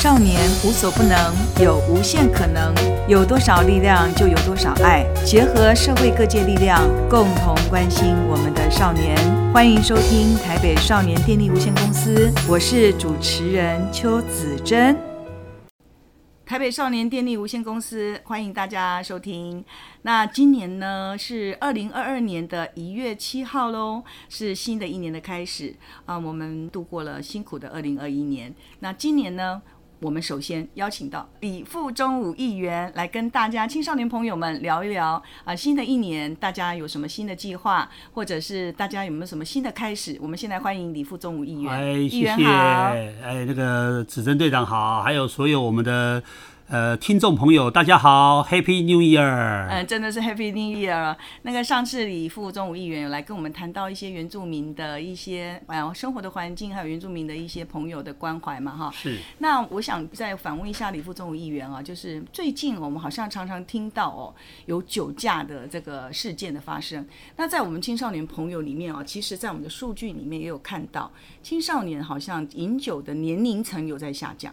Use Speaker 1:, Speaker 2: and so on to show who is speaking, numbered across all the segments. Speaker 1: 少年无所不能，有无限可能，有多少力量就有多少爱。结合社会各界力量，共同关心我们的少年。欢迎收听台北少年电力无限公司，我是主持人邱子珍。台北少年电力无限公司，欢迎大家收听。那今年呢是二零二二年的一月七号喽，是新的一年的开始啊、我们度过了辛苦的二零二一年。那今年呢，我们首先邀请到李富中武议员来跟大家青少年朋友们聊一聊啊、新的一年大家有什么新的计划，或者是大家有没有什么新的开始？我们现在欢迎李富中武议员，
Speaker 2: 哎，
Speaker 1: 议
Speaker 2: 谢
Speaker 1: 员
Speaker 2: 谢，
Speaker 1: 好。
Speaker 2: 哎，那个子珍队长好，还有所有我们的呃听众朋友，大家好，Happy New Year！、
Speaker 1: 嗯，真的是 Happy New Year 啊！那个上次李副中午议员有来跟我们谈到一些原住民的一些呃生活的环境，还有原住民的一些朋友的关怀嘛哈。
Speaker 2: 是
Speaker 1: 那我想再反问一下李副中午议员啊，就是最近我们好像常常听到哦有酒驾的这个事件的发生。那在我们青少年朋友里面啊，其实在我们的数据里面也有看到，青少年好像饮酒的年龄层有在下降。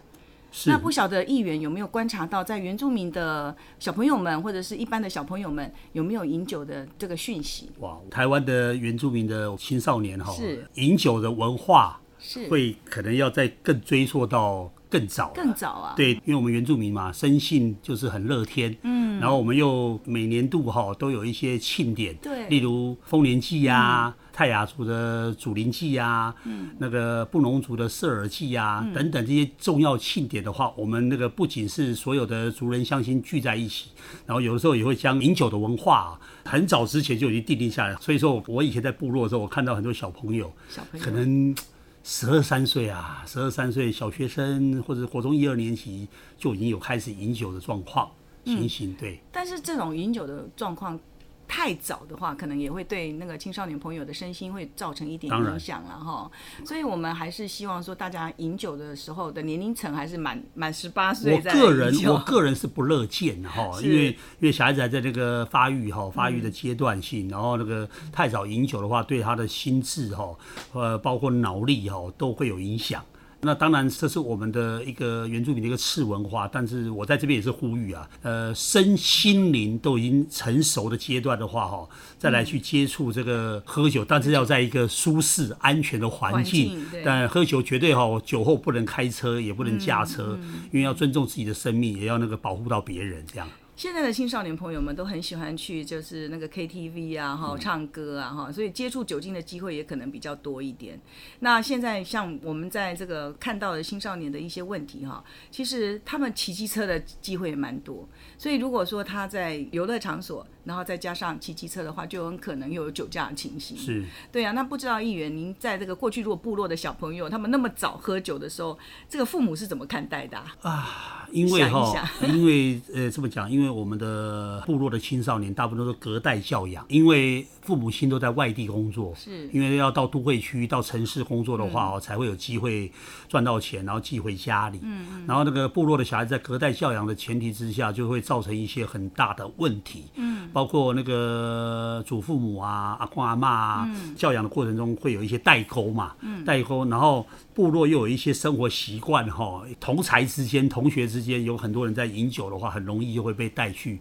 Speaker 1: 那
Speaker 2: 是，
Speaker 1: 不晓得议员有没有观察到，在原住民的小朋友们或者是一般的小朋友们有没有饮酒的这个讯息？
Speaker 2: 哇，台湾的原住民的青少年哈、
Speaker 1: 是
Speaker 2: 饮酒的文化
Speaker 1: 是
Speaker 2: 会可能要再更追溯到更早了，
Speaker 1: 更早啊？，
Speaker 2: 对，因为我们原住民嘛，生性就是很乐天，嗯，然后我们又每年度哈都有一些庆典，
Speaker 1: 对
Speaker 2: 例如丰年祭呀、泰雅族的祖灵祭呀、嗯，那个布农族的瑟尔祭呀、啊等等这些重要庆典的话，我们那个不仅是所有的族人乡亲聚在一起，然后有的时候也会将饮酒的文化、啊。很早之前就已经奠定下来，所以说我我以前在部落的时候，我看到很多小朋友，
Speaker 1: 小朋友
Speaker 2: 可能十二三岁啊，十二三岁小学生或者国中一二年级就已经有开始饮酒的状况情形，对，
Speaker 1: 但是这种饮酒的状况太早的话，可能也会对那个青少年朋友的身心会造成一点
Speaker 2: 当然
Speaker 1: 影响了哈。所以我们还是希望说，大家饮酒的时候的年龄层还是满满十八岁
Speaker 2: 我
Speaker 1: 在
Speaker 2: 个人
Speaker 1: 饮酒
Speaker 2: 我个人是不乐见的哈，
Speaker 1: 是嗯
Speaker 2: 因为因为小孩子还在这个发育哈，发育的阶段性，然后那个太早饮酒的话，对他的心智哈，呃，包括脑力哈，都会有影响。那当然，这是我们的一个原住民的一个次文化，但是我在这边也是呼吁啊，呃，身心灵都已经成熟的阶段的话，哈，再
Speaker 1: 嗯
Speaker 2: 来去接触这个喝酒，但是要在一个舒适、安全的环
Speaker 1: 环境对
Speaker 2: 但喝酒绝对哈、酒后不能开车，也不能驾
Speaker 1: 嗯
Speaker 2: 车，因为要尊重自己的生命，也要那个保护到别人，这样。
Speaker 1: 现在的青少年朋友们都很喜欢去，就是那个 KTV 啊，哈，唱歌啊，哈，所以接触酒精的机会也可能比较多一点。那现在像我们在这个看到的青少年的一些问题哈，其实他们骑机车的机会也蛮多，所以如果说他在游乐场所，然后再加上骑机车的话，就很可能又有酒驾的情形。
Speaker 2: 是，
Speaker 1: 对啊，那不知道议员您在这个过去如果部落的小朋友他们那么早喝酒的时候，这个父母是怎么看待的、啊？
Speaker 2: 因为
Speaker 1: 想一
Speaker 2: 哈，因为呃这么讲，因为我们的部落的青少年大部分都是隔代教养，因为父母亲都在外地工作，
Speaker 1: 是
Speaker 2: 因为要到都会区、到城市工作的话哦，才会有机会赚到钱，然后寄回家里。嗯，然后那个部落的小孩子在隔代教养的前提之下，就会造成一些很大的问题。嗯，包括那个祖父母啊、阿公阿嬷啊，教养的过程中会有一些代沟嘛，嗯，代沟，然后部落又有一些生活习惯哈，同才之间、同学之间有很多人在饮酒的话，很容易就会被带去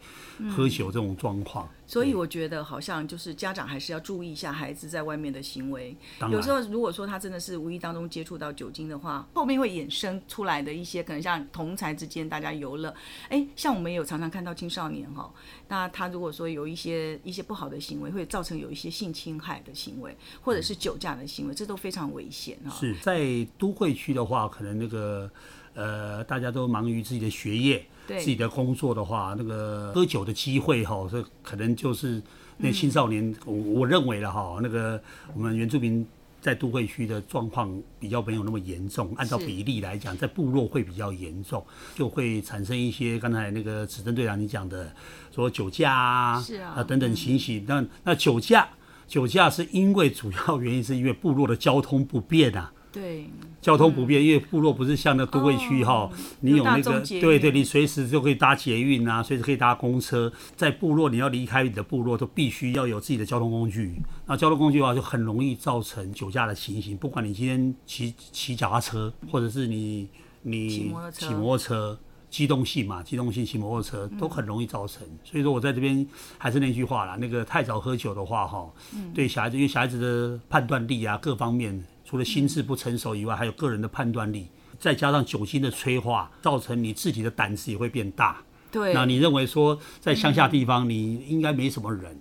Speaker 2: 喝酒这种状况。
Speaker 1: 所以我觉得好像就是家长还是要注意一下孩子在外面的行为。
Speaker 2: 当然
Speaker 1: 有时候如果说他真的是无意当中接触到酒精的话，后面会衍生出来的一些可能像同才之间大家游乐，哎，像我们也有常常看到青少年哈，那他如果说有一些一些不好的行为，会造成有一些性侵害的行为，或者是酒驾的行为，这都非常危险哈。
Speaker 2: 嗯是啊在都会区的话，可能那个呃，大家都忙于自己的学业，
Speaker 1: 对
Speaker 2: 自己的工作的话，那个喝酒的机会哈，这可能就是那青少年，我我认为了哈，那个我们原住民。在都会区的状况比较没有那么严重，按照
Speaker 1: 是
Speaker 2: 比例来讲，在部落会比较严重，就会产生一些刚才那个指针队长你讲的，说酒驾啊，
Speaker 1: 是啊
Speaker 2: 等等情形。那那酒驾，酒驾是因为主要原因是因为部落的交通不便啊，
Speaker 1: 对，
Speaker 2: 交通不便，因为部落不是像那都会区哈，你
Speaker 1: 有
Speaker 2: 有
Speaker 1: 嗯哦大
Speaker 2: 那个
Speaker 1: 众捷
Speaker 2: 对对，
Speaker 1: 运
Speaker 2: 你随时就可以搭捷运啊，随时可以搭公车。在部落，你要离开你的部落，都必须要有自己的交通工具。那交通工具的话，就很容易造成酒驾的情形。不管你今天骑骑脚踏车，或者是你。你
Speaker 1: 摩托车
Speaker 2: 骑摩托车。机动性嘛，机动性骑摩托车都很容易造成，所以说我在这边还是那句话啦，那个太早喝酒的话，哈，对小孩子，因为小孩子的判断力啊，各方面除了心智不成熟以外，还有个人的判断力，再加上酒精的催化，造成你自己的胆子也会变大。
Speaker 1: 对，
Speaker 2: 那你认为说在乡下地方你应该没什么人，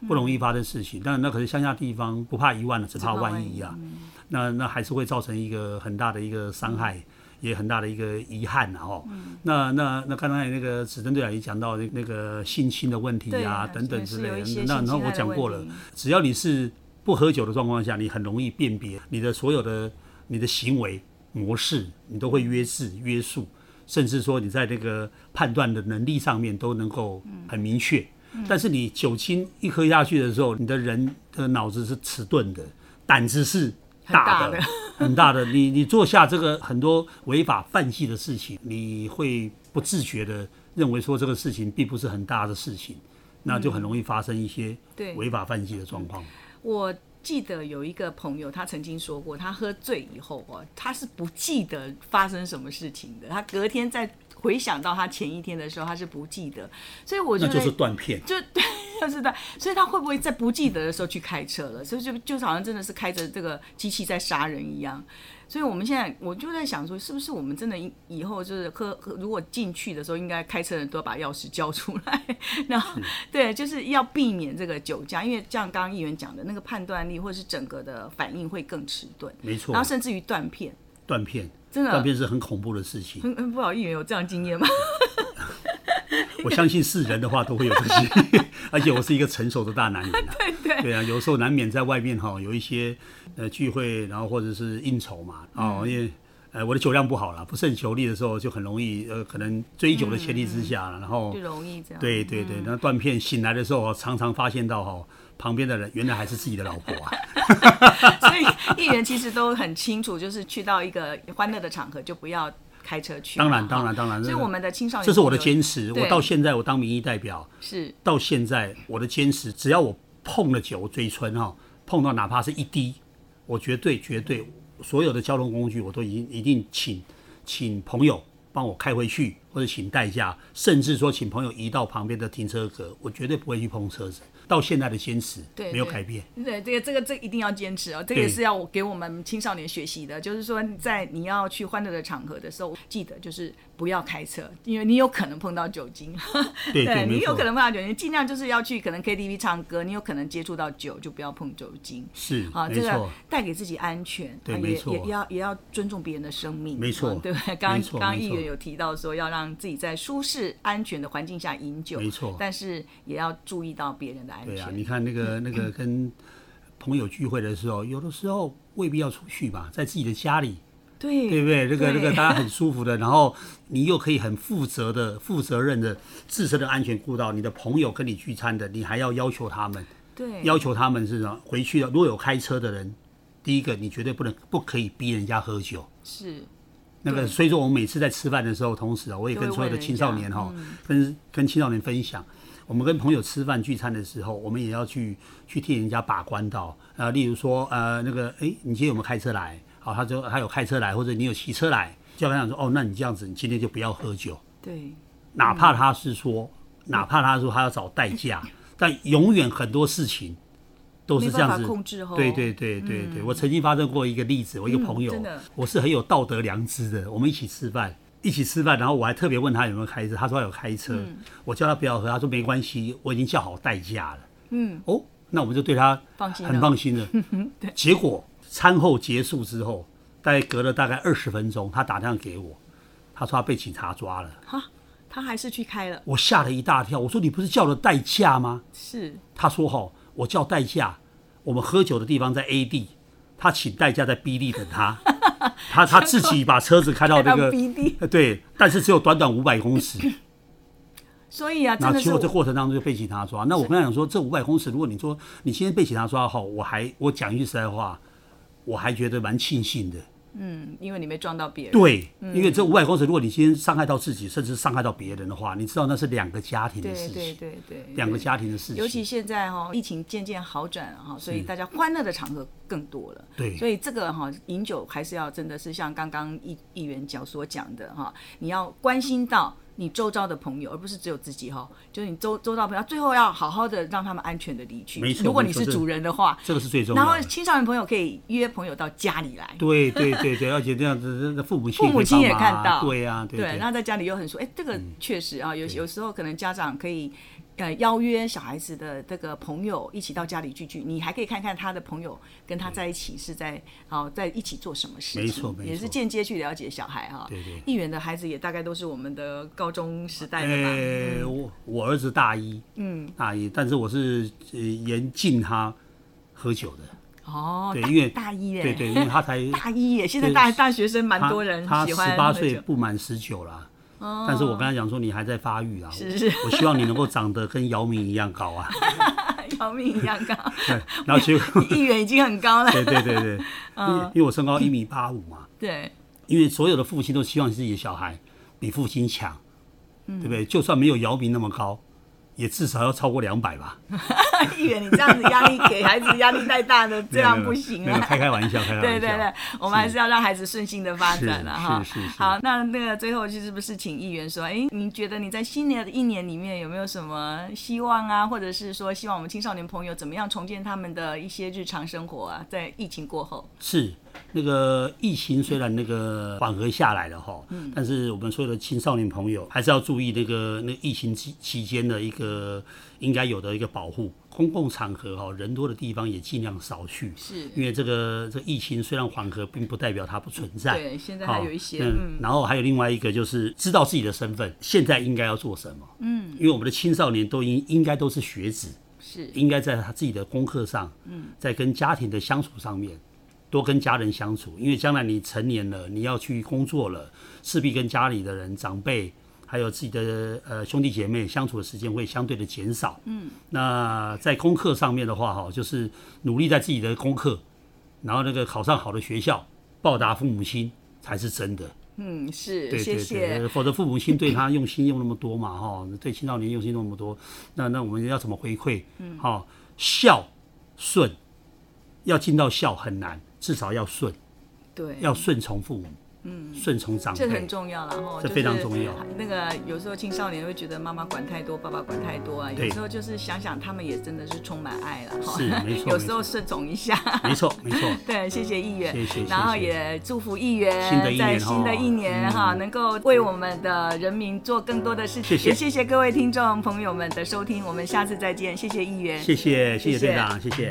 Speaker 1: 嗯
Speaker 2: 不容易发生事情，但那可是乡下地方不怕一万了，只怕万一啊。
Speaker 1: 嗯
Speaker 2: 那那还是会造成一个很大的一个伤害，
Speaker 1: 嗯
Speaker 2: 也很大的一个遗憾啊哦。那那那刚才那个指针队长也讲到那那个性侵的问题
Speaker 1: 对
Speaker 2: 啊
Speaker 1: 啊
Speaker 2: 等等
Speaker 1: 也是
Speaker 2: 之类
Speaker 1: 有一些
Speaker 2: 的，那
Speaker 1: 性
Speaker 2: 那
Speaker 1: 侵害
Speaker 2: 我
Speaker 1: 的
Speaker 2: 讲过
Speaker 1: 问
Speaker 2: 了
Speaker 1: 题，
Speaker 2: 只要你是不喝酒的状况下，你很容易辨别你的所有的你的行为模式，你都会约制约束，甚至说你在这个判断的能力上面都能够很明确。但是你酒精一喝下去的时候，你的人的脑子是迟钝的，胆子是大的， 很大的。你你做下这个很多违法犯纪的事情，你会不自觉的认为说这个事情并不是很大的事情，那就很容易发生一些
Speaker 1: 嗯对
Speaker 2: 违法犯纪的状况。
Speaker 1: 我记得有一个朋友，他曾经说过，他喝醉以后哦，他是不记得发生什么事情的，他隔天再回想到他前一天的时候，他是不记得，所以我
Speaker 2: 那
Speaker 1: 觉得
Speaker 2: 就是断片。
Speaker 1: 就 对，就是的，所以他会不会在不记得的时候去开车了？所以就就是好像真的是开着这个机器在杀人一样。所以我们现在我就在想说，是不是我们真的以以后就是喝，喝如果进去的时候，应该开车人都要把钥匙交出来，然后对，就是要避免这个酒驾，因为像刚刚议员讲的那个判断力或是整个的反应会更迟钝，
Speaker 2: 没错
Speaker 1: 然后，甚嗯至于断片，
Speaker 2: 断片，
Speaker 1: 真
Speaker 2: 断
Speaker 1: 的。
Speaker 2: 片是很恐怖的事 情。
Speaker 1: 很很不好，议员有这样经验吗？
Speaker 2: 我相信是人的话都会有这些， 而且我是一个成熟的大男人、 啊。对对。啊，有时候难免在外面哈有一些呃聚会，然后或者是应酬嘛，
Speaker 1: 嗯
Speaker 2: 哦，因为。呃，我的酒量不好啦，不胜酒力的时候就很容易，呃，可能追酒的前提之下，然后
Speaker 1: 嗯就容易啊嗯这样。
Speaker 2: 对对对，那断片醒来的时候哦，常常发现到哈，旁边的人原来还是自己的老婆啊，
Speaker 1: 所以议员其实都很清楚，就是去到一个欢乐的场合就不要开车去。哦
Speaker 2: 当然当然。当然，
Speaker 1: 所以我们的青少年，
Speaker 2: 这是我的坚持，
Speaker 1: 哎对
Speaker 2: 我到现在我当民意代表，
Speaker 1: 是
Speaker 2: 到现在我的坚持，只要我碰了酒追春哈，碰到哪怕是一滴，我绝对绝对所有的交通工具我都一定一定请请朋友帮我开回去，或者请代驾，甚至说请朋友移到旁边的停车格，我绝对不会去碰车子。到现在的坚持
Speaker 1: 对
Speaker 2: 没有
Speaker 1: 对
Speaker 2: 改变，
Speaker 1: 对这个这个这一定要坚持哦，这个
Speaker 2: 对
Speaker 1: 也是要我给我们青少年学习的，就是说在你要去欢乐的场合的时候，记得就是不要开车，因为你有可能碰到酒精。
Speaker 2: 对对，
Speaker 1: 你
Speaker 2: 没
Speaker 1: 有
Speaker 2: 错
Speaker 1: 可，能碰到酒精，尽量就是要去可能 KTV 唱歌，你有可能接触到酒，就不要碰酒精。
Speaker 2: 是
Speaker 1: 啊，
Speaker 2: 没
Speaker 1: 这个
Speaker 2: 错，
Speaker 1: 带给自己安全，
Speaker 2: 对
Speaker 1: 啊
Speaker 2: 没
Speaker 1: 也
Speaker 2: 错
Speaker 1: 也也要也要尊重别人的生命，
Speaker 2: 没错
Speaker 1: 啊对不对？刚
Speaker 2: 没
Speaker 1: 刚
Speaker 2: 错
Speaker 1: 刚
Speaker 2: 没
Speaker 1: 议
Speaker 2: 错
Speaker 1: 员有提到说要让自己在舒适安全的环境下饮酒，
Speaker 2: 没错
Speaker 1: 但是也要注意到别人的安
Speaker 2: 对
Speaker 1: 全。
Speaker 2: 啊，你看那
Speaker 1: 嗯
Speaker 2: 个那个跟朋友聚会的时候，有的时候未必要出去吧，在自己的家里。
Speaker 1: 对
Speaker 2: 对不对？这个
Speaker 1: 对
Speaker 2: 这个大家很舒服的，然后你又可以很负责的、负责任的、自身的安全顾到你的朋友跟你聚餐的，你还要要求他们，
Speaker 1: 对
Speaker 2: 要求他们是什么？回去了，如果有开车的人，第一个你绝对不能不可以逼人家喝酒。
Speaker 1: 是
Speaker 2: 那个，
Speaker 1: 对
Speaker 2: 所以说我们每次在吃饭的时候，同时啊，我也
Speaker 1: 就
Speaker 2: 跟
Speaker 1: 会
Speaker 2: 所有的
Speaker 1: 问人
Speaker 2: 青少
Speaker 1: 家
Speaker 2: 年哈，
Speaker 1: 嗯
Speaker 2: 跟跟青少年分享，我们跟朋友吃饭聚餐的时候，我们也要去去替人家把关到，呃，例如说，呃，那个，哎，你今天有没有开车来？好，他说他有开车来，或者你有骑车来，就跟他讲说，哦，那你这样子，你今天就不要喝酒，
Speaker 1: 对
Speaker 2: 哪怕他是说，哪怕他说他要找代
Speaker 1: 嗯
Speaker 2: 驾，但永远很多事情都是这样
Speaker 1: 没办
Speaker 2: 子
Speaker 1: 法控制哦嗯
Speaker 2: 对对对对对，我曾经发生过一个例子，我一个朋友
Speaker 1: 真的，
Speaker 2: 我是很有道德良知的，我们一起吃饭。一起吃饭，然后我还特别问他有没有开车，他说他有开车，
Speaker 1: 嗯
Speaker 2: 我叫他不要喝，他说没关系，我已经叫好代驾了。嗯，哦，那我们就对他
Speaker 1: 放心了
Speaker 2: 很放 心了。结果餐后结束之后，大概隔了大概二十分钟，他打电话给我，他说他被警察抓了。
Speaker 1: 哈，他还是去开了，
Speaker 2: 我吓了一大跳，我说你不是叫了代驾吗？
Speaker 1: 是
Speaker 2: 他说哈，我叫代驾，我们喝酒的地方在 A 地，他请代驾在 B 地等 他，他他自己把车子开到那
Speaker 1: 开到
Speaker 2: 个
Speaker 1: B 地
Speaker 2: 呃对，但是只有短短五百 公尺，
Speaker 1: 所以啊，真
Speaker 2: 然后
Speaker 1: 的
Speaker 2: 结
Speaker 1: 是
Speaker 2: 果这过程当中就被警察抓。那我跟他讲说，这五百公尺，如果你说你今天被警察抓哈，我还我讲一句实在话，我还觉得蛮庆幸的。
Speaker 1: 嗯，因为你没撞到别人。
Speaker 2: 对，
Speaker 1: 嗯
Speaker 2: 因为这五百公尺，如果你今天伤害到自己，甚至伤害到别人的话，你知道那是两个家庭的
Speaker 1: 对
Speaker 2: 事情，
Speaker 1: 对对对，
Speaker 2: 两个
Speaker 1: 对
Speaker 2: 家庭的事情。
Speaker 1: 尤其现在哈、疫情渐渐好转了哈、所以大家欢乐的场合更多了。
Speaker 2: 对
Speaker 1: 所以这个哈、饮酒还是要真的是像刚刚议议员讲所讲的哈、你要关心到你周遭的朋友，而不是只有自己哈、就是你周周遭朋友，啊最后要好好的让他们安全的离去。
Speaker 2: 没错
Speaker 1: 如果你
Speaker 2: 没错
Speaker 1: 是
Speaker 2: 这
Speaker 1: 主人的话，
Speaker 2: 这个是最重要
Speaker 1: 然后
Speaker 2: 的。
Speaker 1: 青少年朋友可以约朋友到家里来。
Speaker 2: 对对对 对，而且这样子，这父母亲
Speaker 1: 父母亲
Speaker 2: 可以
Speaker 1: 也
Speaker 2: 帮忙啊
Speaker 1: 看到
Speaker 2: 对啊，对嗯
Speaker 1: 对，
Speaker 2: 对
Speaker 1: 那在家里又很说，哎，这个确实啊，有有时候可能家长可以。呃，邀约小孩子的这个朋友一起到家里聚聚，你还可以看看他的朋友跟他在一起是在好、在一起做什么事情，
Speaker 2: 嗯没错没错
Speaker 1: 也是间接去了解小孩哈、哦
Speaker 2: 对对
Speaker 1: 议员的孩子也大概都是我们的高中时代的吧，嗯
Speaker 2: 呃，我我儿子大一，嗯，大一，但是我是呃严禁他喝酒的，
Speaker 1: 哦，
Speaker 2: 对
Speaker 1: 大
Speaker 2: 因为
Speaker 1: 大一耶，
Speaker 2: 对对，因为他才
Speaker 1: 大一耶，现在
Speaker 2: 对
Speaker 1: 大大学生 蛮
Speaker 2: 他
Speaker 1: 多人
Speaker 2: 他
Speaker 1: 喜
Speaker 2: 十
Speaker 1: 欢
Speaker 2: 八
Speaker 1: 喝
Speaker 2: 岁
Speaker 1: 酒哦
Speaker 2: 不满十九啦。但是我跟他讲说，你还在发育啊，
Speaker 1: 是是
Speaker 2: 我我希望你能够长得跟姚明一样高啊。
Speaker 1: 哎姚明一样高，
Speaker 2: 对，然后结果，
Speaker 1: 议员已经很高了，
Speaker 2: 对对对 对，
Speaker 1: 嗯
Speaker 2: 因为因为我身高一米八五嘛，
Speaker 1: 对
Speaker 2: 因为所有的父亲都希望自己的小孩比父亲强，
Speaker 1: 嗯
Speaker 2: 对不对？就算没有姚明那么高，也至少要超过两百吧。
Speaker 1: 议员，你这样子压力给孩子压力太大了，这样不行
Speaker 2: 没有没有没有
Speaker 1: 啊。
Speaker 2: 开开玩 笑，开开玩笑。
Speaker 1: 对对对，我们还是要让孩子顺性的发展了哈。
Speaker 2: 是是是
Speaker 1: 好，那那个最后就是不是请议员说，哎，您觉得你在新年的一年里面有没有什么希望啊，或者是说希望我们青少年朋友怎么样重建他们的一些日常生活啊，在疫情过后？
Speaker 2: 是那个疫情虽然那个缓和下来了哈，
Speaker 1: 嗯
Speaker 2: 但是我们所有的青少年朋友还是要注意那个那个疫情期期间的一个应该有的一个保护，公共场合哈人多的地方也尽量少去，
Speaker 1: 是
Speaker 2: 因为这个这个疫情虽然缓和，并不代表它不存在。
Speaker 1: 对，现在还有一些，
Speaker 2: 哦
Speaker 1: 嗯，
Speaker 2: 嗯，然后还有另外一个就是知道自己的身份，现在应该要做什么，嗯，因为我们的青少年都应应该都是学子，
Speaker 1: 是
Speaker 2: 应该在他自己的功课上，嗯，在跟家庭的相处上面，多跟家人相处，因为将来你成年了，你要去工作了，势必跟家里的人、长辈，还有自己的呃兄弟姐妹相处的时间会相对的减少，嗯，那在功课上面的话，哈，就是努力在自己的功课，然后那个考上好的学校，报答父母亲才是真的。
Speaker 1: 嗯，是，
Speaker 2: 对
Speaker 1: 谢
Speaker 2: 对
Speaker 1: 谢。
Speaker 2: 对，否则父母亲对他用心用那么多嘛，哈、对青少年用心用那么多，那那我们要怎么回馈？嗯，好、孝顺，要尽到孝很难，至少要顺，
Speaker 1: 对，
Speaker 2: 要顺从父母，嗯，顺从长
Speaker 1: 这很
Speaker 2: 辈，
Speaker 1: 重要了哈，
Speaker 2: 这
Speaker 1: 就是
Speaker 2: 非常重要
Speaker 1: 那个有时候青少年会觉得妈妈管太多，爸爸管太多啊，有
Speaker 2: 对
Speaker 1: 时候就是想想他们也真的是充满爱了哈。
Speaker 2: 是没 错
Speaker 1: 有时候顺从一下。
Speaker 2: 没错没 错，
Speaker 1: 对，谢谢议员，
Speaker 2: 谢谢谢谢
Speaker 1: 然后也祝福议员
Speaker 2: 新的一年
Speaker 1: 在新的一年
Speaker 2: 哦
Speaker 1: 哈、能够为我们的人民做更多的事情。
Speaker 2: 谢谢
Speaker 1: 也谢谢各位听众朋友们的收听，我们下次再见，谢谢议员，
Speaker 2: 谢谢谢
Speaker 1: 谢
Speaker 2: 谢
Speaker 1: 谢
Speaker 2: 队长，谢谢。